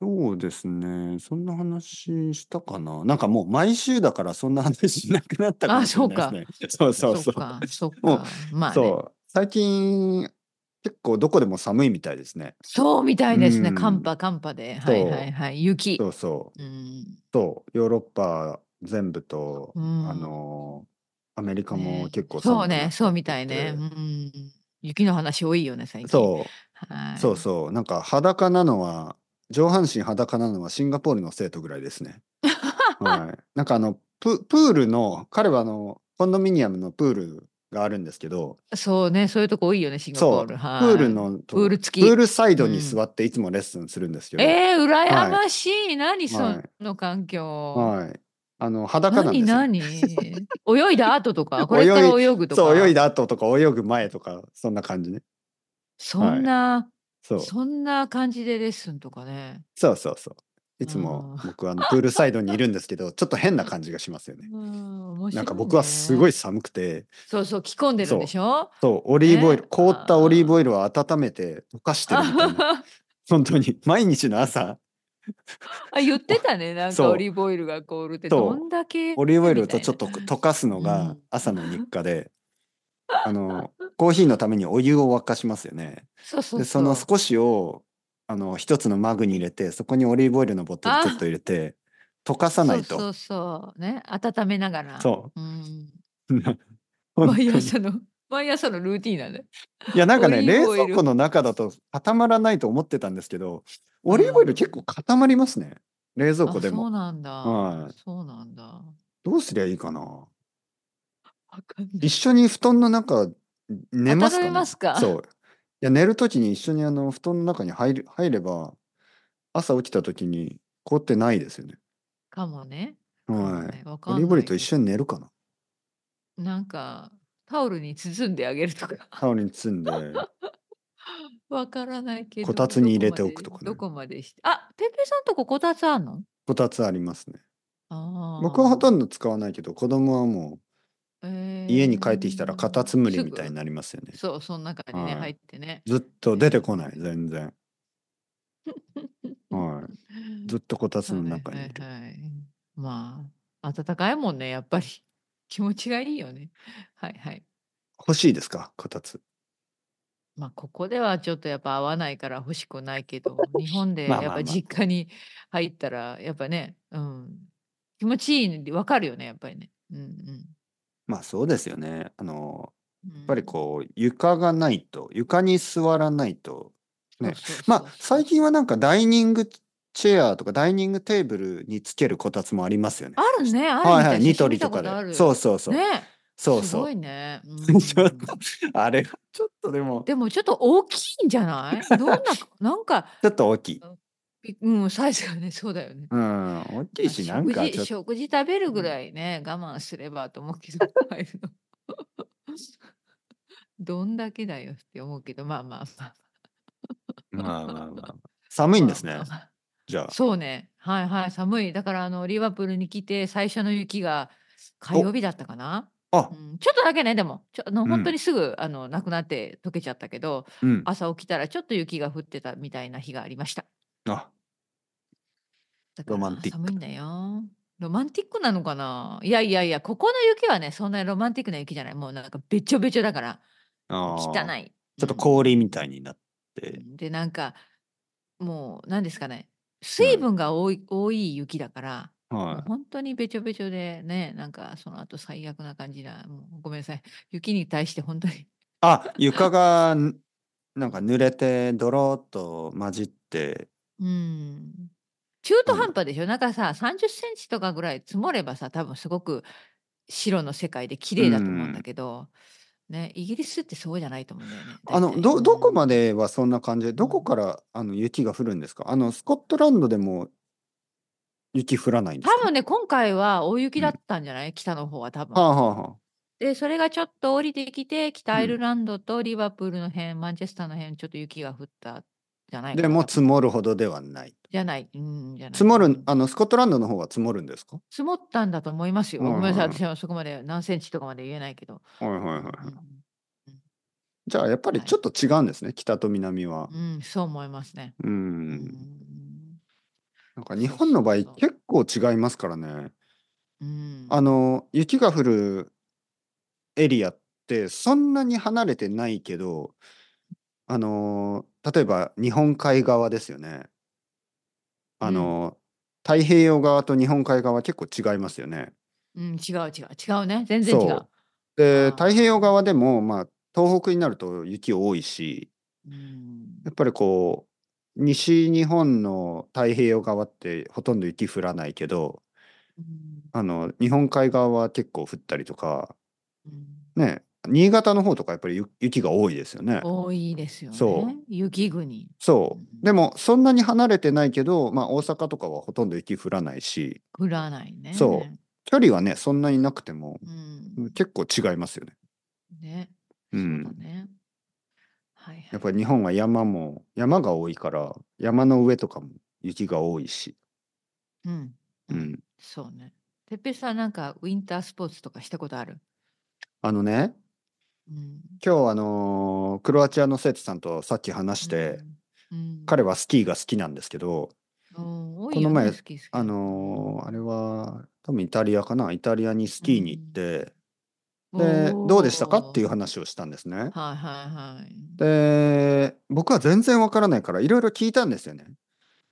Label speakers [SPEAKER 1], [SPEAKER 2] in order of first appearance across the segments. [SPEAKER 1] そうですね。そんな話したかな。なんかもう毎週だからそんな話しなくなったかもしれないですね。そうそう
[SPEAKER 2] そ
[SPEAKER 1] そうう。
[SPEAKER 2] か、そう
[SPEAKER 1] も
[SPEAKER 2] か。まあ、ね、
[SPEAKER 1] そ
[SPEAKER 2] そう
[SPEAKER 1] う。最近結構どこでも寒いみたいですね。
[SPEAKER 2] みたいですね。
[SPEAKER 1] うん
[SPEAKER 2] 寒波、寒波で。はいはいはい。雪。
[SPEAKER 1] そうそうう。そう。ヨーロッパ全部と、
[SPEAKER 2] ん。
[SPEAKER 1] あ
[SPEAKER 2] うん
[SPEAKER 1] のーアメリカ
[SPEAKER 2] ね
[SPEAKER 1] も結構寒
[SPEAKER 2] そう
[SPEAKER 1] くなっ
[SPEAKER 2] ね、
[SPEAKER 1] て
[SPEAKER 2] そうみたいね。
[SPEAKER 1] て
[SPEAKER 2] うん。雪の話多いよね、最近。
[SPEAKER 1] そう
[SPEAKER 2] はい。
[SPEAKER 1] そうそう。なんか裸なのは、上半身裸なのはシンガポールの生徒ぐらいです ね。はい。なんかあの、ププールの、彼はあの、コンドミニアムのプールがあるんですけど、
[SPEAKER 2] そうね、そういうとこ多いよね、シンガポ
[SPEAKER 1] そ
[SPEAKER 2] ー
[SPEAKER 1] う、プ
[SPEAKER 2] ル。はい
[SPEAKER 1] ールのと、
[SPEAKER 2] プール付き。
[SPEAKER 1] サイドに
[SPEAKER 2] うん
[SPEAKER 1] 座っていつもレッスンするんですけど、
[SPEAKER 2] えー、
[SPEAKER 1] は
[SPEAKER 2] 羨
[SPEAKER 1] い
[SPEAKER 2] ましい。何そ
[SPEAKER 1] はい
[SPEAKER 2] の環境。
[SPEAKER 1] はい。あの、裸なん
[SPEAKER 2] 何
[SPEAKER 1] ですよ。
[SPEAKER 2] 何 泳いだ後とか、これから泳ぐとか。
[SPEAKER 1] そう、泳いだ後とか泳ぐ前とか、そんな感じね。
[SPEAKER 2] そんな、
[SPEAKER 1] そう、
[SPEAKER 2] そんな感じでレッスンとかね。
[SPEAKER 1] そうそうそう。いつも
[SPEAKER 2] あー
[SPEAKER 1] 僕はあのプールサイドにいるんですけど、ちょっと変な感じがしますよね。
[SPEAKER 2] うん、面白い、ね。
[SPEAKER 1] なんか僕はすご
[SPEAKER 2] い。
[SPEAKER 1] い寒くて、
[SPEAKER 2] そうそう、着込んでるんでしょ
[SPEAKER 1] そう、オリーブオイル、
[SPEAKER 2] ね
[SPEAKER 1] 凍ったオリーブオイルを温めて溶かしてるみたいな。
[SPEAKER 2] あ
[SPEAKER 1] 本当に、毎日の朝、
[SPEAKER 2] あ言ってたね。なん
[SPEAKER 1] そ
[SPEAKER 2] か
[SPEAKER 1] う
[SPEAKER 2] オリーブオイルが凍るって
[SPEAKER 1] そう
[SPEAKER 2] どんだけ。
[SPEAKER 1] オリーブオイル
[SPEAKER 2] みた
[SPEAKER 1] と
[SPEAKER 2] いな
[SPEAKER 1] ちょっと溶かすの
[SPEAKER 2] う
[SPEAKER 1] が
[SPEAKER 2] ん
[SPEAKER 1] 朝の日課で、あの、コーヒーのためにお湯を沸かしますよね。
[SPEAKER 2] そうそうそう。
[SPEAKER 1] で、その少しを、あの、一つのマグに入れて、そこにオリーブオイルのボトルちょっと入れて、溶かさないと。
[SPEAKER 2] そうそうそう。ね。温めながら。。
[SPEAKER 1] そう
[SPEAKER 2] ん、
[SPEAKER 1] う。 本当に
[SPEAKER 2] 毎朝の、 毎朝のルーティンなんで。
[SPEAKER 1] いやなんかね
[SPEAKER 2] オリー
[SPEAKER 1] 冷
[SPEAKER 2] ブオイル
[SPEAKER 1] 蔵庫の中だと固まらないと思ってたんですけどオリーブオイル結構固まりますね冷蔵庫
[SPEAKER 2] あ
[SPEAKER 1] で
[SPEAKER 2] そう
[SPEAKER 1] も
[SPEAKER 2] なんだ。
[SPEAKER 1] はい
[SPEAKER 2] そうなんだ。わ
[SPEAKER 1] どうすりゃいいかな
[SPEAKER 2] かんない
[SPEAKER 1] 一緒に布団の中寝ますか,、
[SPEAKER 2] 温めますか
[SPEAKER 1] そういや寝るときに一緒にあの布団の中に入る入れば朝起きたときに凍ってないですよね
[SPEAKER 2] かもね。
[SPEAKER 1] はい、
[SPEAKER 2] い。わかん
[SPEAKER 1] オ
[SPEAKER 2] ない
[SPEAKER 1] リーブオイルと一緒に寝るかな
[SPEAKER 2] なんかタオルに包んであげるとか
[SPEAKER 1] タオルに包んで
[SPEAKER 2] わからないけど
[SPEAKER 1] こたつに入れておくとかね
[SPEAKER 2] どこまでしてあペンペンさんとここたつあんの
[SPEAKER 1] こたつありますね
[SPEAKER 2] あ
[SPEAKER 1] 僕はほと
[SPEAKER 2] ん
[SPEAKER 1] んど使わないけど子供はも
[SPEAKER 2] ど
[SPEAKER 1] う家に帰ってきたらカタツムリみたいに
[SPEAKER 2] な
[SPEAKER 1] なりますよね
[SPEAKER 2] そうその中にね、
[SPEAKER 1] はい
[SPEAKER 2] 入ってね
[SPEAKER 1] ずっと出てこない、全 然。はい。ずっとこたつの中にいる。
[SPEAKER 2] はいはいはいまあ暖かいもんねやっぱり 気持ちがいいよねはいはい
[SPEAKER 1] 欲しいですか、こたつ。
[SPEAKER 2] まあここではちょっとやっぱ合わないから欲しくないけど日本 で
[SPEAKER 1] まあ
[SPEAKER 2] やっ
[SPEAKER 1] まあ
[SPEAKER 2] ぱ
[SPEAKER 1] まあ
[SPEAKER 2] 実家に入ったらやっぱね、うん、気持ちいいんでわかるよねやっぱりね。うん
[SPEAKER 1] まあそうですよね。あの、
[SPEAKER 2] うん、や
[SPEAKER 1] やっぱりこう、床がないと、床に座らないと。ね
[SPEAKER 2] そうそうそう
[SPEAKER 1] まあ最近はなん
[SPEAKER 2] か
[SPEAKER 1] かダイニングチェアとかダイニングテーブルにつけるこたつもありますよね
[SPEAKER 2] あ。るねある
[SPEAKER 1] はいはい、
[SPEAKER 2] み
[SPEAKER 1] ニ
[SPEAKER 2] た
[SPEAKER 1] ト
[SPEAKER 2] い
[SPEAKER 1] リ
[SPEAKER 2] 写真
[SPEAKER 1] と
[SPEAKER 2] 見たこ
[SPEAKER 1] か
[SPEAKER 2] とある
[SPEAKER 1] で。そうそうそう。
[SPEAKER 2] ね
[SPEAKER 1] そう
[SPEAKER 2] す
[SPEAKER 1] そ。
[SPEAKER 2] ごいうね。う ん
[SPEAKER 1] ちょっとあれはちょっとでも、ち
[SPEAKER 2] でもちょっと大きいんじゃないどんななんか、
[SPEAKER 1] ょっと大きい。
[SPEAKER 2] びうん、サイズがねそうだよね。
[SPEAKER 1] うん、大き
[SPEAKER 2] ま
[SPEAKER 1] い
[SPEAKER 2] あ
[SPEAKER 1] し、なんかちょっ
[SPEAKER 2] 食事
[SPEAKER 1] と。
[SPEAKER 2] 食事食べるぐ
[SPEAKER 1] うん
[SPEAKER 2] らいね、我慢すればと思うけど 入るのどんだけだよって思うけどまあまあまあ
[SPEAKER 1] まあまあま あまあ。寒いんです
[SPEAKER 2] まあ
[SPEAKER 1] ね
[SPEAKER 2] まあ。まあ
[SPEAKER 1] じゃあ。
[SPEAKER 2] そうねはいはい寒いだからあのリバプールに来て最初の雪が火
[SPEAKER 1] お
[SPEAKER 2] 曜日だったかな、
[SPEAKER 1] あ
[SPEAKER 2] う、ん、ちょっとだけねでもちょあの
[SPEAKER 1] うん
[SPEAKER 2] 本当にすぐ、あのなくなって溶けちゃったけど
[SPEAKER 1] うん。
[SPEAKER 2] 朝起きたらちょっと雪が降ってたみたいな日がありました
[SPEAKER 1] あ、
[SPEAKER 2] だから
[SPEAKER 1] ロマンティック
[SPEAKER 2] 寒いんだよ。ロマンティックなのかないやいやいや、ここの雪はね、そんなロマンティックな雪じゃない。もうなんかべちょべちょだから、
[SPEAKER 1] あ
[SPEAKER 2] 汚
[SPEAKER 1] ー
[SPEAKER 2] い。
[SPEAKER 1] ちょっと
[SPEAKER 2] うん
[SPEAKER 1] 氷みたいになって。
[SPEAKER 2] で、なんか、もう、なんですかね、水分が多い,、多い雪だから、もう
[SPEAKER 1] は
[SPEAKER 2] 本当にべちょべちょでね、なんかその後最悪な感じな、もうごめんなさい。雪に対して本当に。
[SPEAKER 1] い。あ、床がんなんか濡れて、ドローっと混じって。
[SPEAKER 2] うん。中途半端でしょ、なんかさ、30センチとかぐらい積もればさ、多分すごく白の世界で綺麗だと思うん
[SPEAKER 1] うん
[SPEAKER 2] だけど、ね、イギリスってそうじゃないと思うんだよね。
[SPEAKER 1] あの、ど、どこま
[SPEAKER 2] で
[SPEAKER 1] ではそんな感じで、どこからあの雪が降るんですかあの、スコットランドでも雪降らないんです
[SPEAKER 2] 多
[SPEAKER 1] か
[SPEAKER 2] 分ね、今回は大雪
[SPEAKER 1] うん
[SPEAKER 2] だったんじゃない、北の方は多分。
[SPEAKER 1] はあ、はあはあ、
[SPEAKER 2] で、それがちょっと降りてきて、北
[SPEAKER 1] うん
[SPEAKER 2] アイルランドとリバプールの辺、マンチェスターの辺、ちょっと雪が降ったじゃないか
[SPEAKER 1] で
[SPEAKER 2] な
[SPEAKER 1] も
[SPEAKER 2] 多分
[SPEAKER 1] 積もるほどではない。
[SPEAKER 2] じゃない。うん、じゃない。
[SPEAKER 1] 積も
[SPEAKER 2] う
[SPEAKER 1] る
[SPEAKER 2] ん、
[SPEAKER 1] あの、スコットランドの方は積もるんですか
[SPEAKER 2] 積もったんだと思いますよ。
[SPEAKER 1] うん
[SPEAKER 2] ごめんなさい、
[SPEAKER 1] うん
[SPEAKER 2] 私はそこまで何センチとかまで言えないけど。
[SPEAKER 1] はいはいうは
[SPEAKER 2] ん
[SPEAKER 1] い。じゃあ、やっぱりちょっと違うんですね、北と南は
[SPEAKER 2] う。ん、うんそう思いますね。
[SPEAKER 1] う
[SPEAKER 2] うん
[SPEAKER 1] ん。なんか日本の場合
[SPEAKER 2] そうそう
[SPEAKER 1] 結構違いますからね。
[SPEAKER 2] うん、
[SPEAKER 1] あの雪が降るエリアってそんなに離れてないけど、あの例えば日本海側ですよね。あの、太平洋側と日本海側結構違いますよね。
[SPEAKER 2] うん、違う違う違うね全然違う
[SPEAKER 1] そ。う。で
[SPEAKER 2] あー
[SPEAKER 1] 太平洋側でもまあ東北になると雪多いし、
[SPEAKER 2] うん
[SPEAKER 1] やっぱりこう西日本の太平洋側ってほとんど雪降らないけど、
[SPEAKER 2] うん
[SPEAKER 1] あの日本海側は結構降ったりとか。
[SPEAKER 2] うん
[SPEAKER 1] ね、新潟の方とかやっぱりゆ雪が多いですよね。
[SPEAKER 2] 多いですよね。
[SPEAKER 1] そう
[SPEAKER 2] 雪国。
[SPEAKER 1] そうう。
[SPEAKER 2] ん
[SPEAKER 1] でも、そんなに離れてないけど、まあ、大阪とかはほとんど雪降らないし、
[SPEAKER 2] 降らないね。
[SPEAKER 1] そ距離はね、そんなになくても、
[SPEAKER 2] う。
[SPEAKER 1] うん
[SPEAKER 2] ん。
[SPEAKER 1] 結構違いますよね。
[SPEAKER 2] ね。
[SPEAKER 1] う
[SPEAKER 2] そうだ
[SPEAKER 1] ん。
[SPEAKER 2] ね。はい、はい。
[SPEAKER 1] やっぱり日本は山も、山が多いから、山の上とかも雪が多いし。
[SPEAKER 2] うん。
[SPEAKER 1] うん。
[SPEAKER 2] そうね。てっぺいさんなんかウィンタースポーツとかしたことある。
[SPEAKER 1] あのね、
[SPEAKER 2] うん。
[SPEAKER 1] 今日あのークロアチアの生徒さんとさっき話して、
[SPEAKER 2] うん。うん。
[SPEAKER 1] 彼はスキーが好きなんですけど、
[SPEAKER 2] うん多い
[SPEAKER 1] この
[SPEAKER 2] よね
[SPEAKER 1] 前
[SPEAKER 2] 好き好き
[SPEAKER 1] あのーあれは、多分イタリアかな、イタリアにスキーに行って、でどうでしたかっていう。
[SPEAKER 2] おー
[SPEAKER 1] 話をしたんですね。
[SPEAKER 2] はいはいはい。
[SPEAKER 1] で僕は全然わからないからいろいろ聞いたんですよね。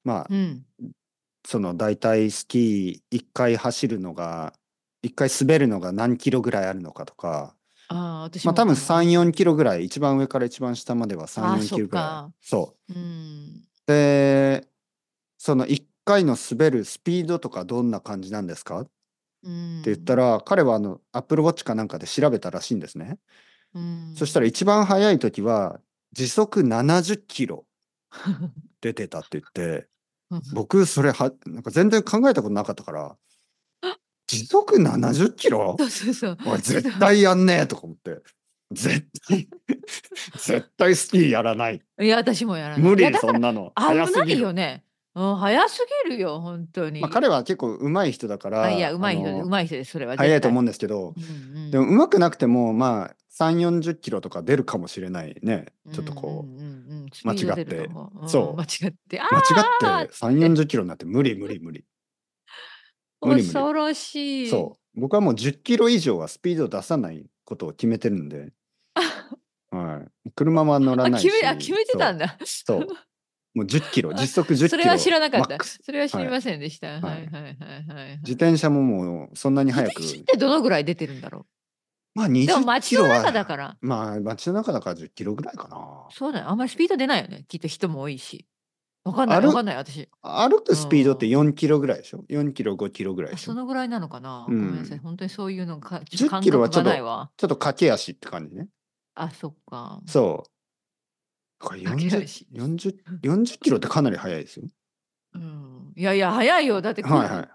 [SPEAKER 1] まあ
[SPEAKER 2] うん。
[SPEAKER 1] その大体スキー1回走るのが1回滑るのが何キロぐらいあるのかとか
[SPEAKER 2] ああ私
[SPEAKER 1] ま
[SPEAKER 2] も
[SPEAKER 1] あ多分
[SPEAKER 2] この
[SPEAKER 1] 34キロぐらい一番上から一番下までは
[SPEAKER 2] あー
[SPEAKER 1] 34キロぐら
[SPEAKER 2] そっ
[SPEAKER 1] い。そ
[SPEAKER 2] か
[SPEAKER 1] う
[SPEAKER 2] うん。
[SPEAKER 1] でその1回の滑るスピードとかどんな感じなんですかって
[SPEAKER 2] うん。
[SPEAKER 1] 言ったら彼はあの Apple Watch かなんかで調べたらしいんですね。
[SPEAKER 2] うん。
[SPEAKER 1] そしたら一番速い時は時速70キロ出てたって言 って
[SPEAKER 2] うん
[SPEAKER 1] 僕それはなんか全然考えたことなかったから時速70キロ
[SPEAKER 2] そうそうそう。
[SPEAKER 1] おい絶対やんねえとか思って絶 対絶対スキーやらない
[SPEAKER 2] いや、私もやらない。
[SPEAKER 1] 無
[SPEAKER 2] いや
[SPEAKER 1] 理
[SPEAKER 2] だ
[SPEAKER 1] そ
[SPEAKER 2] から
[SPEAKER 1] んなの
[SPEAKER 2] 危
[SPEAKER 1] 早す
[SPEAKER 2] な
[SPEAKER 1] ぎ
[SPEAKER 2] い
[SPEAKER 1] る
[SPEAKER 2] よ、ね。うん、早すぎるよ、本当に。
[SPEAKER 1] まあ、彼は結構上手い人だから
[SPEAKER 2] あいや、うまい人
[SPEAKER 1] あ
[SPEAKER 2] で、
[SPEAKER 1] の
[SPEAKER 2] うまい人です、それは。
[SPEAKER 1] 速いと思う
[SPEAKER 2] うん
[SPEAKER 1] ですけど、
[SPEAKER 2] んうん。
[SPEAKER 1] でも上手くなくてもまあ3 4 0キロとか出るかもしれないねちょっとこう。
[SPEAKER 2] うんうんうん
[SPEAKER 1] 間違って
[SPEAKER 2] スピード出ると思う
[SPEAKER 1] そうん
[SPEAKER 2] 間違って。あ
[SPEAKER 1] 間違
[SPEAKER 2] あ
[SPEAKER 1] って3 4 0キロになって無理無理無理
[SPEAKER 2] あ、
[SPEAKER 1] 無理無理
[SPEAKER 2] 恐ろしい。
[SPEAKER 1] そう僕はもう1 0キロ以上はスピードを出さないことを決めてるん で、はい、車は乗ら
[SPEAKER 2] あ
[SPEAKER 1] ないし
[SPEAKER 2] 決めあ決めてたんだ。
[SPEAKER 1] そう そうもう1 0キロ時速1 0キロ
[SPEAKER 2] それは知らなかっ
[SPEAKER 1] マッ
[SPEAKER 2] た。
[SPEAKER 1] クス
[SPEAKER 2] それは知りませんでした。
[SPEAKER 1] は
[SPEAKER 2] はいいはいはいはいはい。
[SPEAKER 1] 自転車ももうそんなに速く
[SPEAKER 2] 自転車ってどのぐらい出てるんだろ
[SPEAKER 1] まあ
[SPEAKER 2] う。
[SPEAKER 1] 2
[SPEAKER 2] でも
[SPEAKER 1] 0キ
[SPEAKER 2] 街
[SPEAKER 1] ロ
[SPEAKER 2] の
[SPEAKER 1] は
[SPEAKER 2] 中だから。
[SPEAKER 1] まあ街の中だから1 0キロぐらいかな
[SPEAKER 2] そうだよ。あんまりスピード出ないよね。きっと人も多いし。わかんな
[SPEAKER 1] あ
[SPEAKER 2] い。
[SPEAKER 1] る
[SPEAKER 2] わかんない。私。
[SPEAKER 1] 歩くスピードって4キロぐらいでしょ4キロ5キロぐらい
[SPEAKER 2] あ
[SPEAKER 1] でし
[SPEAKER 2] そ
[SPEAKER 1] ょ
[SPEAKER 2] のぐらいなのかな、
[SPEAKER 1] うん
[SPEAKER 2] ごめんなさい。本当にそういうのか、
[SPEAKER 1] 10キロはちょっと
[SPEAKER 2] 感覚がないわ。
[SPEAKER 1] ちょっと駆け足って感じね
[SPEAKER 2] あ、そっか。
[SPEAKER 1] そうこれ
[SPEAKER 2] 駆け
[SPEAKER 1] 40,
[SPEAKER 2] 足
[SPEAKER 1] 40, 40キロってかなり速いですよ
[SPEAKER 2] うん、いやいや、早いよ。だって、
[SPEAKER 1] はいはい。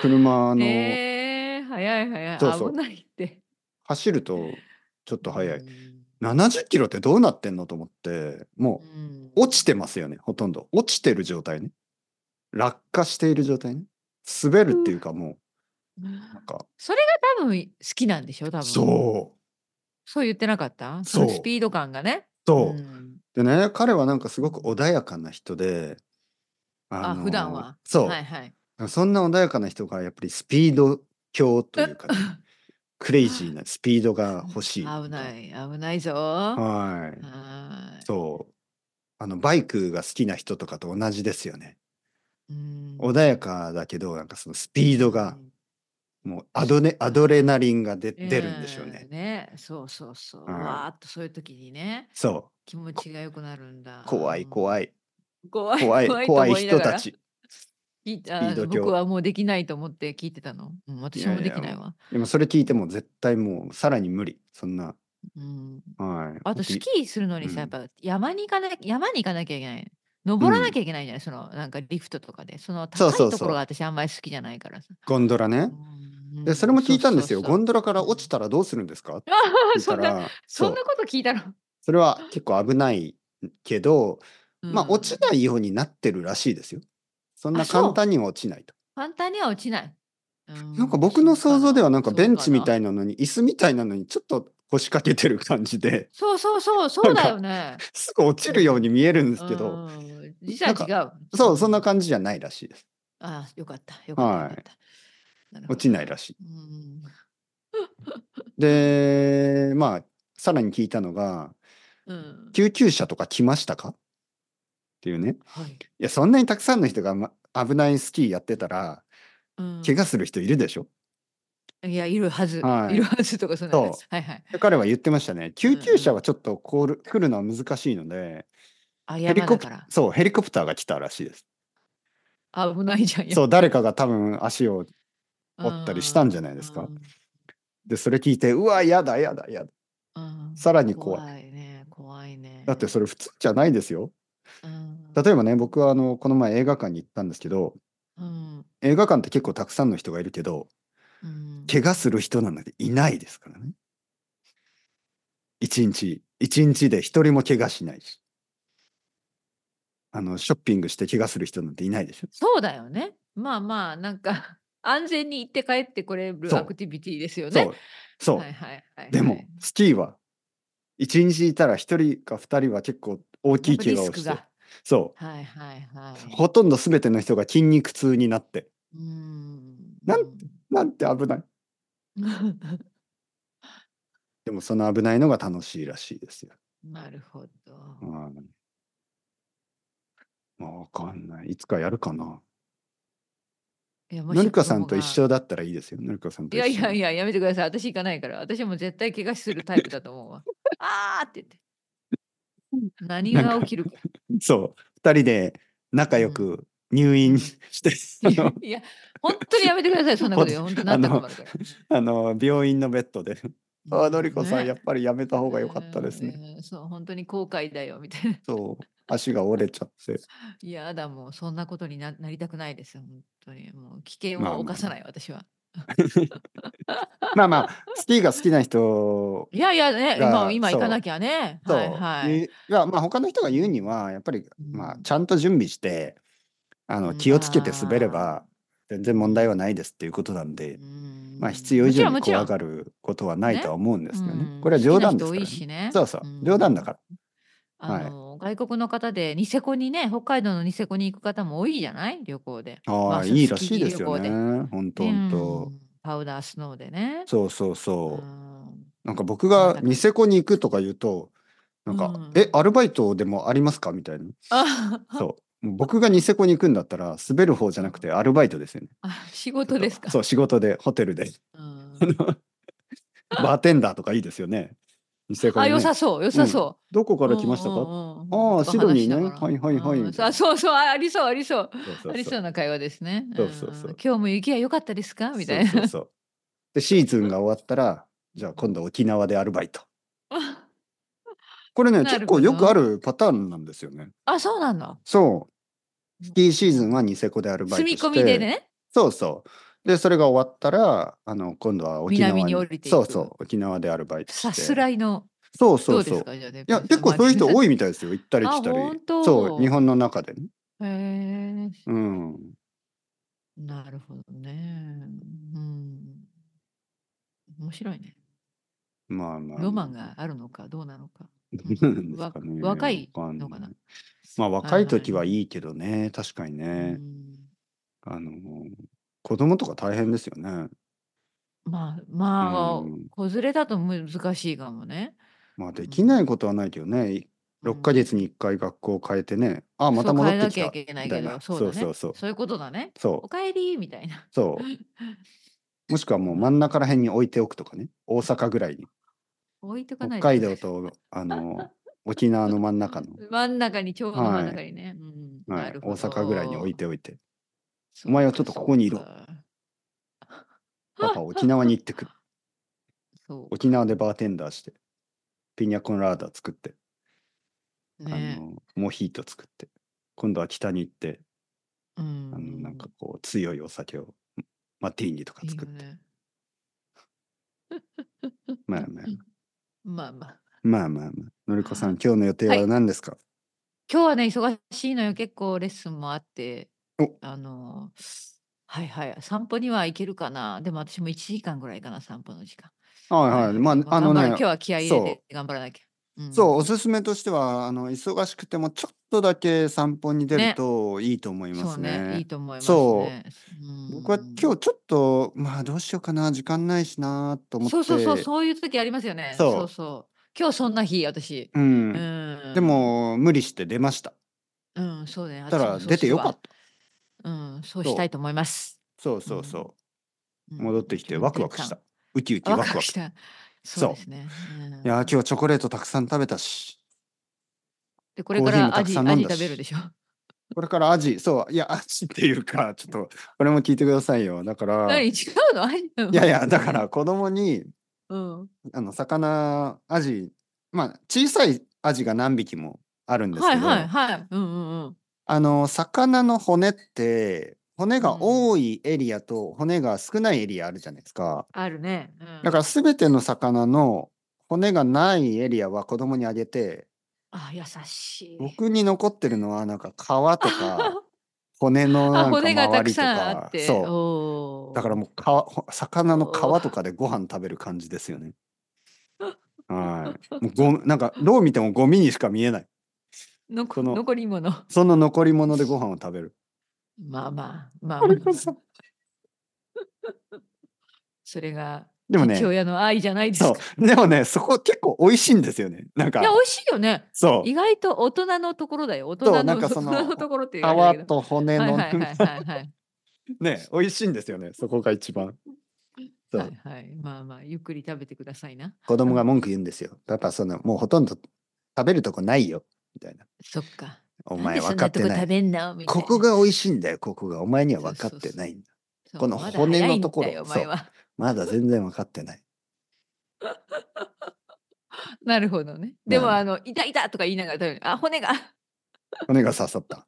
[SPEAKER 1] 車の
[SPEAKER 2] えー、早い早い。
[SPEAKER 1] そうそう
[SPEAKER 2] 危ないって。
[SPEAKER 1] 走るとちょっと速い。
[SPEAKER 2] うん
[SPEAKER 1] 70キロってどうなってんのと思って、も
[SPEAKER 2] うん
[SPEAKER 1] う落ちてますよね、ほとんど。落ちてる状態ね。落下している状態ね。滑るっていうかもう、なんか、
[SPEAKER 2] それが多分好きなんでしょ、多分。
[SPEAKER 1] そう、
[SPEAKER 2] そう言ってなかったその
[SPEAKER 1] そう
[SPEAKER 2] スピード感がね。
[SPEAKER 1] そうう。
[SPEAKER 2] ん
[SPEAKER 1] でね、彼はなんかすごく穏やかな人で、
[SPEAKER 2] あ、
[SPEAKER 1] の
[SPEAKER 2] 普段は。
[SPEAKER 1] そう、
[SPEAKER 2] はいはい。
[SPEAKER 1] そんな穏やかな人がやっぱりスピード強というか ね、クレイジーなスピードが欲しい。。
[SPEAKER 2] 危ないい、危ないぞ。は
[SPEAKER 1] はい。
[SPEAKER 2] ーい
[SPEAKER 1] そう。あの、バイクが好きな人とかと同じですよね。
[SPEAKER 2] うん
[SPEAKER 1] 穏やかだけど、なんかそのスピードが
[SPEAKER 2] う、ん
[SPEAKER 1] もうアドネアドレナリンが出出るんでしょうね
[SPEAKER 2] ん。ね、そうそうそう。
[SPEAKER 1] はい
[SPEAKER 2] わーっとそういう時にね、
[SPEAKER 1] そ
[SPEAKER 2] 気持ちが良くなるんだ
[SPEAKER 1] う。。怖い、
[SPEAKER 2] い。
[SPEAKER 1] 怖い、
[SPEAKER 2] 怖い、
[SPEAKER 1] 怖い、
[SPEAKER 2] と
[SPEAKER 1] 怖い
[SPEAKER 2] 思な
[SPEAKER 1] 人
[SPEAKER 2] がら
[SPEAKER 1] た。ち。
[SPEAKER 2] いい
[SPEAKER 1] ピ
[SPEAKER 2] あ
[SPEAKER 1] ード
[SPEAKER 2] の
[SPEAKER 1] 教
[SPEAKER 2] 僕はもうできないと思って聞いてたの。うん、私もできないわ。
[SPEAKER 1] でもそれ聞いても絶対もうさらに無理。そんな。
[SPEAKER 2] うん、
[SPEAKER 1] はい。
[SPEAKER 2] あとスキーするのにさ、
[SPEAKER 1] うん
[SPEAKER 2] やっぱ山に行かな山に行かなきゃいけない。登らなきゃいけないじゃない、そのなんかリフトとかで。その
[SPEAKER 1] そ
[SPEAKER 2] 高
[SPEAKER 1] う
[SPEAKER 2] い
[SPEAKER 1] そうそう
[SPEAKER 2] ところが私あんまり好きじゃないからさ。
[SPEAKER 1] ゴンドラね。
[SPEAKER 2] うん
[SPEAKER 1] で、それも聞いたんですよ。
[SPEAKER 2] そうそう
[SPEAKER 1] ゴンドラから落ちたらどうするんですかって
[SPEAKER 2] そ
[SPEAKER 1] 言っ
[SPEAKER 2] う そん
[SPEAKER 1] た
[SPEAKER 2] な
[SPEAKER 1] ら、
[SPEAKER 2] そ
[SPEAKER 1] そ
[SPEAKER 2] ん
[SPEAKER 1] う
[SPEAKER 2] な。こと聞いたの。
[SPEAKER 1] それは結構危ないけど、まあ
[SPEAKER 2] うん
[SPEAKER 1] 落ちないようになってるらしいですよ。そんな
[SPEAKER 2] あそう
[SPEAKER 1] 簡単には落ちないと。
[SPEAKER 2] 簡単には落ちない。うん
[SPEAKER 1] なんか僕の想像ではなんかベンチみた
[SPEAKER 2] い
[SPEAKER 1] いなのに椅子みたいなのにちょっと腰掛けてる感じで
[SPEAKER 2] そうそうそうそうだよね。
[SPEAKER 1] すぐ落ちるように見えるんですけど
[SPEAKER 2] うん実は違う。
[SPEAKER 1] そうそんな
[SPEAKER 2] じ。
[SPEAKER 1] 感じじゃないらしいです。
[SPEAKER 2] ああ、よかった。よかった。
[SPEAKER 1] はい
[SPEAKER 2] よかったなるほど
[SPEAKER 1] 落ちないらしい。
[SPEAKER 2] うん
[SPEAKER 1] で、まあ、さらに聞いたのが、
[SPEAKER 2] うん。
[SPEAKER 1] 救急車とか来ましたかっていうね。
[SPEAKER 2] はい。
[SPEAKER 1] いや、そんなにたくさんの人が、ま、危ないスキーやってたら、
[SPEAKER 2] うん
[SPEAKER 1] 怪我する人いるでしょ、
[SPEAKER 2] いや、いるはず。
[SPEAKER 1] はい
[SPEAKER 2] いるはずとか、そんな
[SPEAKER 1] そう
[SPEAKER 2] 話。はいはい。
[SPEAKER 1] で彼は言ってましたね。救急車はちょっとこうる来るのは難しいので、
[SPEAKER 2] あ、
[SPEAKER 1] ヘリ
[SPEAKER 2] 山
[SPEAKER 1] コ
[SPEAKER 2] だ
[SPEAKER 1] プ
[SPEAKER 2] から。
[SPEAKER 1] そう、ヘリコプターが来たらしいです。
[SPEAKER 2] 危ないじゃん。
[SPEAKER 1] そう、誰かが多分足を、
[SPEAKER 2] や
[SPEAKER 1] 折ったりしたんじゃないですか
[SPEAKER 2] うん
[SPEAKER 1] で、それ聞いて、うわ、やだ、やだ、やだ。
[SPEAKER 2] うん
[SPEAKER 1] さらに怖い
[SPEAKER 2] 怖いね。怖いね。
[SPEAKER 1] だってそれ普通じゃないですよ。
[SPEAKER 2] うん
[SPEAKER 1] 例えばね、僕はあの、この前映画館に行ったんですけど、
[SPEAKER 2] うん
[SPEAKER 1] 映画館って結構たくさんの人がいるけど、
[SPEAKER 2] うん
[SPEAKER 1] 怪我する人なんていないですからね。一日、一日で一人も怪我しないし。あの、ショッピングして怪我する人なんていないでしょ。
[SPEAKER 2] そうだよね。まあまあ、なんか、 安全に行って帰ってこれる
[SPEAKER 1] そう
[SPEAKER 2] アクティビティですよね。
[SPEAKER 1] そう。そう。
[SPEAKER 2] はいはいはいはい、
[SPEAKER 1] でも、スキーは、一日いたら一人か二人は結構大きい
[SPEAKER 2] やっぱ
[SPEAKER 1] 怪
[SPEAKER 2] リ
[SPEAKER 1] 我
[SPEAKER 2] ス
[SPEAKER 1] を
[SPEAKER 2] ク
[SPEAKER 1] して
[SPEAKER 2] が。。
[SPEAKER 1] そ
[SPEAKER 2] はいはいは
[SPEAKER 1] う。
[SPEAKER 2] い。
[SPEAKER 1] ほとんど全ての人が筋肉痛になって、
[SPEAKER 2] うん。
[SPEAKER 1] なん
[SPEAKER 2] うん
[SPEAKER 1] なんて危ない。でも、その危ないのが楽しいらしいですよ。
[SPEAKER 2] なるほど。
[SPEAKER 1] うんまあ、わかんない。いつかやるかな。
[SPEAKER 2] いやもし
[SPEAKER 1] のりかさんと一
[SPEAKER 2] 子供が
[SPEAKER 1] 緒だったらいいですよ。のりかさんと
[SPEAKER 2] い
[SPEAKER 1] 一緒
[SPEAKER 2] や
[SPEAKER 1] に。
[SPEAKER 2] いやいや、やめてください。私行かないから。私も絶対怪我するタイプだと思うわ。 あーって言って。何
[SPEAKER 1] なん
[SPEAKER 2] が
[SPEAKER 1] か
[SPEAKER 2] 起きるか。
[SPEAKER 1] そう。二人で仲良く入
[SPEAKER 2] う
[SPEAKER 1] 院
[SPEAKER 2] ん
[SPEAKER 1] して、あの
[SPEAKER 2] いや、本当にやめてください。そんなことよ。本当になったら困るから。
[SPEAKER 1] あの病院のベッドで、ああ、のりこさん、
[SPEAKER 2] ね
[SPEAKER 1] やっぱりやめた方が良かったですね。
[SPEAKER 2] ね。そう、本当に後悔だよ、みたいな。
[SPEAKER 1] そう。足が折れちゃって。
[SPEAKER 2] いやだ、もうそんなことにななりたくないです。本当に。もう危険
[SPEAKER 1] まあまあ
[SPEAKER 2] を犯さない、私は。
[SPEAKER 1] まあまあ、スキーが好きな人
[SPEAKER 2] いやいやね、
[SPEAKER 1] が
[SPEAKER 2] 今、今
[SPEAKER 1] そう
[SPEAKER 2] 行かなきゃね。
[SPEAKER 1] と、
[SPEAKER 2] はいはい。
[SPEAKER 1] いやまあ他の人が言うには、やっぱり、まあ、ちゃんと準備して、あ
[SPEAKER 2] う
[SPEAKER 1] の
[SPEAKER 2] ん
[SPEAKER 1] 気をつけて滑れば
[SPEAKER 2] あ、
[SPEAKER 1] 全然問題はないですっていうことなんで、まあ、必要以上に怖が
[SPEAKER 2] る
[SPEAKER 1] ることはない
[SPEAKER 2] ね
[SPEAKER 1] とは思うんですよね。
[SPEAKER 2] うん
[SPEAKER 1] これは冗談ですから、
[SPEAKER 2] 好きな人多いしね
[SPEAKER 1] そうそう
[SPEAKER 2] うん、
[SPEAKER 1] 冗談だから。
[SPEAKER 2] あ
[SPEAKER 1] はい
[SPEAKER 2] の、外国の方でニセコにね北海道のニセコに行く方も多いじゃない旅行で。
[SPEAKER 1] ああ、
[SPEAKER 2] まあそう
[SPEAKER 1] いいらしいですよ
[SPEAKER 2] スキー
[SPEAKER 1] ね。本当本
[SPEAKER 2] う
[SPEAKER 1] 当。
[SPEAKER 2] んパウダースノーでね。
[SPEAKER 1] そうそうそうう。
[SPEAKER 2] ん
[SPEAKER 1] なんか僕
[SPEAKER 2] なん
[SPEAKER 1] が
[SPEAKER 2] だか
[SPEAKER 1] ニセコに行くとか言うと、なんか、
[SPEAKER 2] うん
[SPEAKER 1] え、アルバイトでもありますかみたいな。
[SPEAKER 2] あ
[SPEAKER 1] そう。もう僕がニセコに行くんだったら、滑る方じゃなくてアルバイトですよね。
[SPEAKER 2] あ仕事ですか。
[SPEAKER 1] そう、仕事で、ホテルで。
[SPEAKER 2] うん
[SPEAKER 1] バーテンダーとかいいですよね。ニセコ
[SPEAKER 2] あ
[SPEAKER 1] に、
[SPEAKER 2] 良
[SPEAKER 1] ね。
[SPEAKER 2] さそう良さそ
[SPEAKER 1] どこ
[SPEAKER 2] う。
[SPEAKER 1] から来ましたか、
[SPEAKER 2] うんうんうん
[SPEAKER 1] ああ、シドニーね。
[SPEAKER 2] とか
[SPEAKER 1] は
[SPEAKER 2] 話
[SPEAKER 1] い
[SPEAKER 2] しなが
[SPEAKER 1] は
[SPEAKER 2] ら
[SPEAKER 1] いはい。
[SPEAKER 2] う
[SPEAKER 1] み
[SPEAKER 2] ん
[SPEAKER 1] たい
[SPEAKER 2] あ
[SPEAKER 1] な
[SPEAKER 2] そうそうあありそうありそう
[SPEAKER 1] そうそうそう
[SPEAKER 2] ありそうな会話ですね。
[SPEAKER 1] そうそうそうん
[SPEAKER 2] 今日も雪が良かったですかみたい
[SPEAKER 1] そうそ
[SPEAKER 2] な
[SPEAKER 1] う。そうでシーズンが終わったらじゃあ今度沖縄でアルバイトこれね
[SPEAKER 2] なる
[SPEAKER 1] 結
[SPEAKER 2] ほ
[SPEAKER 1] 構
[SPEAKER 2] ど
[SPEAKER 1] よくあるパターンなんですよね
[SPEAKER 2] あそうなんだ。
[SPEAKER 1] そうスキーシーズンはニセコでアルバイ
[SPEAKER 2] 住
[SPEAKER 1] トし
[SPEAKER 2] み
[SPEAKER 1] て
[SPEAKER 2] 込みでね。
[SPEAKER 1] そうそうでそれが終わったらあの今度は沖縄
[SPEAKER 2] 南に降りていく
[SPEAKER 1] そうそう沖縄でアルバイトして
[SPEAKER 2] さすらいの
[SPEAKER 1] そうそ
[SPEAKER 2] ど
[SPEAKER 1] う
[SPEAKER 2] うで
[SPEAKER 1] そう
[SPEAKER 2] す
[SPEAKER 1] い
[SPEAKER 2] かじゃあね。
[SPEAKER 1] や結構そういう人
[SPEAKER 2] い
[SPEAKER 1] 多いみたいですよ行ったり
[SPEAKER 2] あ
[SPEAKER 1] 来たり
[SPEAKER 2] 本当
[SPEAKER 1] そう日本の中でね
[SPEAKER 2] へえ、
[SPEAKER 1] うん
[SPEAKER 2] なるほどね。うん。面白いね。
[SPEAKER 1] まあまあ
[SPEAKER 2] ロマンがあるのかどうなのか。
[SPEAKER 1] どうなんです
[SPEAKER 2] わ
[SPEAKER 1] かね
[SPEAKER 2] 若い
[SPEAKER 1] わん
[SPEAKER 2] のかな。。
[SPEAKER 1] まあ若い時はいいいけどね確かにね、
[SPEAKER 2] うん
[SPEAKER 1] あのー子供とか大変ですよね。
[SPEAKER 2] まあまあ
[SPEAKER 1] うん、
[SPEAKER 2] 子連れだと難しいかもね。
[SPEAKER 1] まあできないことはないけどね、い6ヶ月に1回学校変えてね、あまた戻ってき
[SPEAKER 2] そ
[SPEAKER 1] た
[SPEAKER 2] う変えなきゃいけない
[SPEAKER 1] みた
[SPEAKER 2] け
[SPEAKER 1] い
[SPEAKER 2] ど、
[SPEAKER 1] な。
[SPEAKER 2] そ
[SPEAKER 1] そう
[SPEAKER 2] だ
[SPEAKER 1] う
[SPEAKER 2] ね。
[SPEAKER 1] そうそう。
[SPEAKER 2] そういうことだね。
[SPEAKER 1] そ
[SPEAKER 2] おかえりみたいな。
[SPEAKER 1] う そう。もしくはもう真ん中ら辺に置いておくとかね、大阪ぐらいに。
[SPEAKER 2] 置いとかな
[SPEAKER 1] 北
[SPEAKER 2] い
[SPEAKER 1] 海道とあ の沖縄の真ん中の、
[SPEAKER 2] 真ん中に、ちょうど
[SPEAKER 1] は
[SPEAKER 2] 真
[SPEAKER 1] い
[SPEAKER 2] ん中にね。うん
[SPEAKER 1] は
[SPEAKER 2] ないる、
[SPEAKER 1] 大
[SPEAKER 2] ほど
[SPEAKER 1] 阪ぐらいに置いておい て、
[SPEAKER 2] そう
[SPEAKER 1] お前は
[SPEAKER 2] か
[SPEAKER 1] ちょっとここにいろ
[SPEAKER 2] そうか
[SPEAKER 1] パパ沖縄に行ってくる。
[SPEAKER 2] そう
[SPEAKER 1] 沖縄でバーテンダーして、ピニャコンラーダ作って、
[SPEAKER 2] ね
[SPEAKER 1] あのモヒート作って、今度は北に行って、
[SPEAKER 2] う
[SPEAKER 1] あのなん
[SPEAKER 2] ん
[SPEAKER 1] かこう強いお酒をマティーニとか
[SPEAKER 2] いい
[SPEAKER 1] 作
[SPEAKER 2] よ
[SPEAKER 1] って
[SPEAKER 2] ね
[SPEAKER 1] まあまあ
[SPEAKER 2] まあまあ
[SPEAKER 1] まあまあまあのりこさん
[SPEAKER 2] はい
[SPEAKER 1] 今日の予定
[SPEAKER 2] は
[SPEAKER 1] はい何ですか、
[SPEAKER 2] 今日はね忙しいのよ結構レッスンもあって
[SPEAKER 1] お
[SPEAKER 2] あのはいはい散歩には行けるかなでも私も1時間ぐらいかな散歩の時間
[SPEAKER 1] はい、はいまああの
[SPEAKER 2] 頑張
[SPEAKER 1] ね
[SPEAKER 2] る今日は気合い入れて頑張らなきゃうん
[SPEAKER 1] そう、おすすめとしては、あの忙しくてもちょっとだけ散歩に出る
[SPEAKER 2] ね
[SPEAKER 1] といいと思いま
[SPEAKER 2] そ
[SPEAKER 1] す
[SPEAKER 2] うね。い
[SPEAKER 1] ね
[SPEAKER 2] い。と思います
[SPEAKER 1] そう
[SPEAKER 2] ね。うん
[SPEAKER 1] 僕は今日ちょっと、まあどうしようかな、時間ないしなと思って。
[SPEAKER 2] そうそうそう、そういう時ありますよね。
[SPEAKER 1] そう
[SPEAKER 2] そうそう。今日そんな日、私。
[SPEAKER 1] う。
[SPEAKER 2] うんん。
[SPEAKER 1] で、も、無理して出ました。
[SPEAKER 2] うん、そうね。
[SPEAKER 1] たら
[SPEAKER 2] 私もそう
[SPEAKER 1] 出てよかった
[SPEAKER 2] するわ。うん、そう
[SPEAKER 1] そう
[SPEAKER 2] したいと思います。
[SPEAKER 1] そうそうそうう。
[SPEAKER 2] ん
[SPEAKER 1] 戻ってきてワクワクした。。ウキウキ
[SPEAKER 2] ワ
[SPEAKER 1] ワ
[SPEAKER 2] ク
[SPEAKER 1] クワ
[SPEAKER 2] ワク
[SPEAKER 1] ク
[SPEAKER 2] し
[SPEAKER 1] した。い
[SPEAKER 2] た。
[SPEAKER 1] そう
[SPEAKER 2] そうですね。うん
[SPEAKER 1] やー、今日はチョコレートたくさん食べたし。
[SPEAKER 2] で、これか
[SPEAKER 1] コーヒーも
[SPEAKER 2] ら
[SPEAKER 1] た
[SPEAKER 2] ア
[SPEAKER 1] く
[SPEAKER 2] ジ、
[SPEAKER 1] さん
[SPEAKER 2] ア
[SPEAKER 1] 飲ん
[SPEAKER 2] ジ
[SPEAKER 1] だし
[SPEAKER 2] 食べるでしょ。
[SPEAKER 1] これからアジ、そう、いや、アジっていうか、ちょっと、これも聞いてくださいよ。だから、
[SPEAKER 2] 何違
[SPEAKER 1] いう
[SPEAKER 2] のアジうん
[SPEAKER 1] やいや、だから子供に、
[SPEAKER 2] うん。
[SPEAKER 1] あの、魚、アジ、まあ、小さいアジが何匹もあるんです
[SPEAKER 2] は
[SPEAKER 1] け
[SPEAKER 2] い
[SPEAKER 1] ど、
[SPEAKER 2] はいはい。うんうんうん。
[SPEAKER 1] あの、魚の骨って、骨
[SPEAKER 2] う
[SPEAKER 1] が
[SPEAKER 2] ん
[SPEAKER 1] 多いエリアと骨が少ないエリアあるじゃないですか。
[SPEAKER 2] あるね。うん
[SPEAKER 1] だから、すべての魚の骨がないエリアは子供にあげて、
[SPEAKER 2] あ、優しい。
[SPEAKER 1] 僕に残ってるのは、なんか皮とか、 骨の
[SPEAKER 2] あ、
[SPEAKER 1] なんか
[SPEAKER 2] 骨がた
[SPEAKER 1] 周
[SPEAKER 2] く
[SPEAKER 1] りと
[SPEAKER 2] さんあっ
[SPEAKER 1] か、
[SPEAKER 2] て。
[SPEAKER 1] そう。
[SPEAKER 2] そう
[SPEAKER 1] だからもう皮ほ魚の皮
[SPEAKER 2] おー
[SPEAKER 1] とかでご飯食べる感じですよね。はい。もうご なんかどう見てもゴミにしか見えない。
[SPEAKER 2] のこ
[SPEAKER 1] その
[SPEAKER 2] 残り物。
[SPEAKER 1] その残り物でご飯を食べ る。
[SPEAKER 2] まあまあ、まあまあ
[SPEAKER 1] これ
[SPEAKER 2] ま
[SPEAKER 1] こ
[SPEAKER 2] あ、
[SPEAKER 1] そ
[SPEAKER 2] それが
[SPEAKER 1] でもね
[SPEAKER 2] 父、親の愛じゃないです
[SPEAKER 1] そ
[SPEAKER 2] か。
[SPEAKER 1] う。でもね、そこ結構美味しいんですよね。なんか
[SPEAKER 2] いや、、美味しいよね。
[SPEAKER 1] そう。
[SPEAKER 2] 意外と大人のところだよ。大
[SPEAKER 1] そう
[SPEAKER 2] 人
[SPEAKER 1] な
[SPEAKER 2] の
[SPEAKER 1] んかその
[SPEAKER 2] 大人の ところっていうあれだ
[SPEAKER 1] 皮
[SPEAKER 2] けど
[SPEAKER 1] と骨
[SPEAKER 2] はい
[SPEAKER 1] の、
[SPEAKER 2] はいはいはいはい。
[SPEAKER 1] ね、美味しいんですよね。そこが一番。そう
[SPEAKER 2] はいはい。まあまあ、ゆっくり食べてくださいな。
[SPEAKER 1] 子供が文句言うんですよ。パパ、その、もうほとんど食べるとこないよ。みたいな。
[SPEAKER 2] そっか。
[SPEAKER 1] お
[SPEAKER 2] なん
[SPEAKER 1] 前
[SPEAKER 2] でそ
[SPEAKER 1] 分
[SPEAKER 2] ん
[SPEAKER 1] か
[SPEAKER 2] な
[SPEAKER 1] っ
[SPEAKER 2] と
[SPEAKER 1] て
[SPEAKER 2] こ
[SPEAKER 1] な
[SPEAKER 2] 食
[SPEAKER 1] い。
[SPEAKER 2] べんなみたいな。
[SPEAKER 1] ここが美味しいんだよ、ここが。お前には分か
[SPEAKER 2] そうそ
[SPEAKER 1] っ
[SPEAKER 2] うそ
[SPEAKER 1] て
[SPEAKER 2] う
[SPEAKER 1] ないんだ。
[SPEAKER 2] そう
[SPEAKER 1] この
[SPEAKER 2] まだ
[SPEAKER 1] 骨の
[SPEAKER 2] 早いん
[SPEAKER 1] ところ
[SPEAKER 2] だよお前
[SPEAKER 1] そう
[SPEAKER 2] は
[SPEAKER 1] まだ全然分かってない。
[SPEAKER 2] なるほどね。でも、
[SPEAKER 1] まあ
[SPEAKER 2] あの、痛い痛いとか言いながら食べる。あ、骨が。
[SPEAKER 1] 骨が刺さった。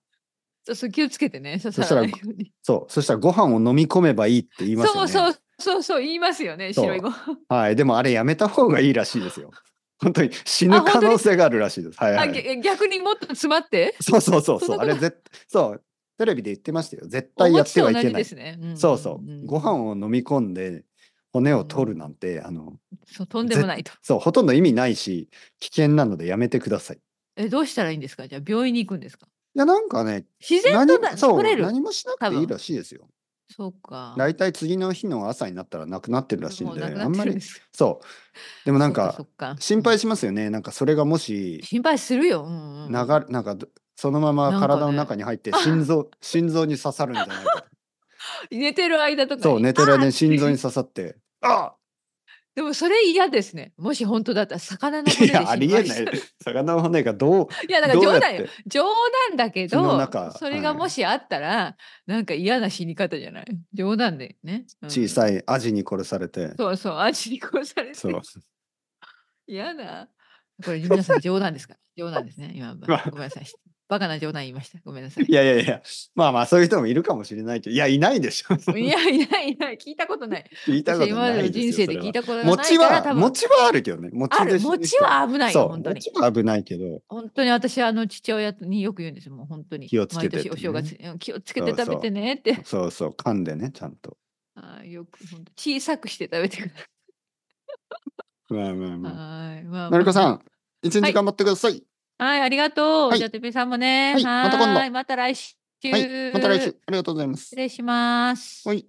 [SPEAKER 2] そうそう、気をつけてね。そ
[SPEAKER 1] したら
[SPEAKER 2] 刺さないように
[SPEAKER 1] そう。そしたらご飯を飲み込めばいいって言いますよ
[SPEAKER 2] そ
[SPEAKER 1] ね。
[SPEAKER 2] うそうそうそう言いますよね
[SPEAKER 1] そう
[SPEAKER 2] 白いご飯
[SPEAKER 1] はい。でもあれやめた方がいいらしいですよ。本当に死ぬ
[SPEAKER 2] あ本当
[SPEAKER 1] 可
[SPEAKER 2] に
[SPEAKER 1] 能性があるらしいです。はい、は
[SPEAKER 2] あ
[SPEAKER 1] い。
[SPEAKER 2] げ逆にもっと詰まって
[SPEAKER 1] そうそうそう
[SPEAKER 2] そ
[SPEAKER 1] そう。
[SPEAKER 2] の
[SPEAKER 1] あ
[SPEAKER 2] こと
[SPEAKER 1] れ絶そう。テレビで言ってましたよ。絶
[SPEAKER 2] お
[SPEAKER 1] 対やっ
[SPEAKER 2] 餅
[SPEAKER 1] て
[SPEAKER 2] と
[SPEAKER 1] はい
[SPEAKER 2] 同
[SPEAKER 1] け
[SPEAKER 2] じ
[SPEAKER 1] な
[SPEAKER 2] で
[SPEAKER 1] い。
[SPEAKER 2] すね、ん
[SPEAKER 1] そうそう。
[SPEAKER 2] んん
[SPEAKER 1] ご飯を飲み込んで骨を取るなんて、あの、
[SPEAKER 2] そうとんでもないと
[SPEAKER 1] そう、ほとんど意味ないし、危険なのでやめてください。い
[SPEAKER 2] えどうしたらいいんですかじゃあ病院に行くんですか
[SPEAKER 1] や、なんかね、
[SPEAKER 2] 自然
[SPEAKER 1] 何
[SPEAKER 2] と
[SPEAKER 1] も
[SPEAKER 2] な
[SPEAKER 1] そう
[SPEAKER 2] 取れる
[SPEAKER 1] 何もしなくていいらしいですよ。
[SPEAKER 2] そうか
[SPEAKER 1] 大体次の日の朝になったらなくなってるらしいん
[SPEAKER 2] もう
[SPEAKER 1] で、
[SPEAKER 2] なく
[SPEAKER 1] あ
[SPEAKER 2] なん
[SPEAKER 1] ま
[SPEAKER 2] ってるん
[SPEAKER 1] り
[SPEAKER 2] で、すか
[SPEAKER 1] そう。でもなんか、
[SPEAKER 2] そっかそっか
[SPEAKER 1] 心配しますよね。なんかそれがもし
[SPEAKER 2] 心配するよ、うんうん、
[SPEAKER 1] 流れなんかどそのま
[SPEAKER 2] な
[SPEAKER 1] ま
[SPEAKER 2] んかね
[SPEAKER 1] 体の中に入 って心臓、心臓に刺さるんじゃないか
[SPEAKER 2] 寝てる間とか
[SPEAKER 1] と。
[SPEAKER 2] に
[SPEAKER 1] そう寝てる間
[SPEAKER 2] あ
[SPEAKER 1] に心臓に刺さって。 あ
[SPEAKER 2] でもそれ嫌ですねもし本当だったら魚の
[SPEAKER 1] い
[SPEAKER 2] 骨で
[SPEAKER 1] やありえな
[SPEAKER 2] 心配す
[SPEAKER 1] い
[SPEAKER 2] る。
[SPEAKER 1] 魚の骨がどう
[SPEAKER 2] いやだから
[SPEAKER 1] どうや
[SPEAKER 2] 冗
[SPEAKER 1] っ
[SPEAKER 2] 談よ
[SPEAKER 1] て
[SPEAKER 2] 冗談だけ
[SPEAKER 1] 口の
[SPEAKER 2] ど
[SPEAKER 1] 中
[SPEAKER 2] それ
[SPEAKER 1] は
[SPEAKER 2] が
[SPEAKER 1] い
[SPEAKER 2] もしあったら、なんか嫌な死に方じゃない冗談でね、うん
[SPEAKER 1] 小さいアジに殺されて。
[SPEAKER 2] そうそう、アジに殺されて。
[SPEAKER 1] そう
[SPEAKER 2] 嫌だ。これ皆さん冗談ですから。冗談ですね。今、
[SPEAKER 1] まあ
[SPEAKER 2] ごめんなさい。バカな冗談言いました。ごめんなさい。
[SPEAKER 1] いやいやいやまあまあそういう人もいるかもしれないけどいやいないでし ょ
[SPEAKER 2] いやいやいや、聞いたことない。
[SPEAKER 1] 聞いたこと
[SPEAKER 2] 私今ま
[SPEAKER 1] な
[SPEAKER 2] での
[SPEAKER 1] いですよ
[SPEAKER 2] 人生で聞い
[SPEAKER 1] た
[SPEAKER 2] たことがない
[SPEAKER 1] 餅
[SPEAKER 2] から、
[SPEAKER 1] は
[SPEAKER 2] 多分
[SPEAKER 1] 餅はあるけどね餅
[SPEAKER 2] あ
[SPEAKER 1] で
[SPEAKER 2] る。
[SPEAKER 1] 死ぬ
[SPEAKER 2] 餅
[SPEAKER 1] 人
[SPEAKER 2] は危ない
[SPEAKER 1] そ
[SPEAKER 2] よ、
[SPEAKER 1] う
[SPEAKER 2] 本当に
[SPEAKER 1] 餅。は危ないけど
[SPEAKER 2] 本当に私、あの、父親によく言うんですよ。もう本当に。
[SPEAKER 1] 気をつけてってね
[SPEAKER 2] 毎年お正月、うん気をつけて
[SPEAKER 1] そうそう
[SPEAKER 2] 食べてねって。
[SPEAKER 1] そうそう噛んでねちゃんと
[SPEAKER 2] あーよく、本当小さくして食べてくだ
[SPEAKER 1] まあまあ
[SPEAKER 2] さい。
[SPEAKER 1] ま
[SPEAKER 2] はい。まあ
[SPEAKER 1] あのりこさ
[SPEAKER 2] まあ
[SPEAKER 1] ん一
[SPEAKER 2] は
[SPEAKER 1] 日
[SPEAKER 2] い
[SPEAKER 1] 頑張ってください
[SPEAKER 2] はい、ありがとう。
[SPEAKER 1] はい
[SPEAKER 2] じゃあ、てっぺいさんもね。
[SPEAKER 1] はいまた今度
[SPEAKER 2] ーいまた来週。
[SPEAKER 1] はい、また来週。ありがとうございます
[SPEAKER 2] 失。礼します。
[SPEAKER 1] はい。